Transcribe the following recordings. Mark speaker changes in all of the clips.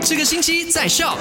Speaker 1: 这个星期在 Shock。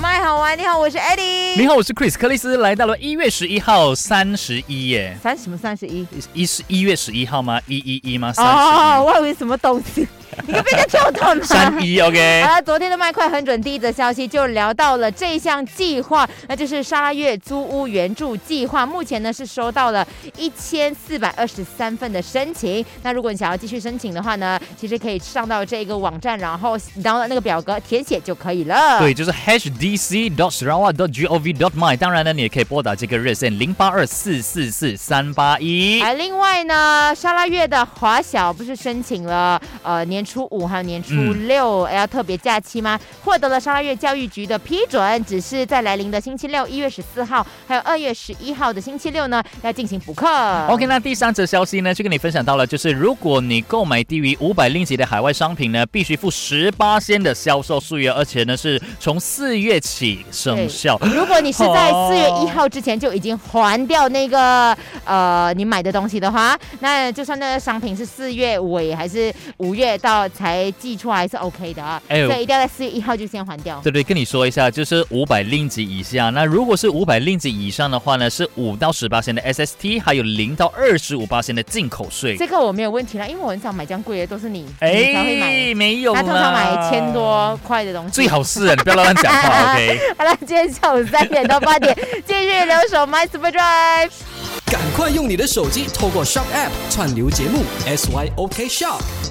Speaker 2: 麦好玩，你好，我是 Eddie。
Speaker 3: 你好，我是 Chris 克里斯，来到了一月十一号三十一耶，
Speaker 2: 三什么三十一？
Speaker 3: 一是一月十一号吗？一一一吗？三
Speaker 2: 哦，
Speaker 3: 十
Speaker 2: 我以为什么东西， 你可别跟臭头
Speaker 3: 一，三一 OK
Speaker 2: 好。了，昨天的麦快很准，第一则消息就聊到了这项计划，那就是沙月租屋援助计划。目前呢是收到了一千四百二十三份的申请。那如果你想要继续申请的话呢，其实可以上到这个网站，然后然后那个表格填写就可以了。
Speaker 3: 对，就是 hdc dot sarawak dot gov dot my。当然呢，你也可以拨打这个热线零八二四四四三八一。
Speaker 2: 哎，另外呢，沙拉越的华小不是申请了呃年初五还有年初六
Speaker 3: 嗯
Speaker 2: 要特别假期吗？获得了沙拉越教育局的批准，只是在来临的星期六一月十四号还有二月十一号的星期六呢要进行补课。
Speaker 3: OK，那第三则消息呢，就跟你分享到了，就是如果你购买低于五百令吉的海外商品呢，必须付十八仙的销售税哦额，而且呢是从四月起生效。
Speaker 2: 如果你是在
Speaker 3: 哦
Speaker 2: 四月一号之前就已经还掉那个呃你买的东西的话，那就算那个商品是四月尾还是五月到才寄出来是 OK 的啊，
Speaker 3: 哎呦
Speaker 2: 所以一定要在四月一号就先还掉。
Speaker 3: 对对，跟你说一下，就是五百令吉以下。那如果是五百令吉以上的话呢，是五到十八仙的 SST，还有零到二十五八仙的进口税。
Speaker 2: 这个我没有问题啦，因为我很少买这样贵的，都是你，你才会买。
Speaker 3: 哎，没有啦，
Speaker 2: 他通常买千多块的东西。
Speaker 3: 最好是啊，你不要乱讲话，OK。
Speaker 2: 好了，今天下午三点到 八点，继续留守 My Super Drive。
Speaker 1: 赶快用你的手机透过 Shock App 串流节目 SYOK Shock。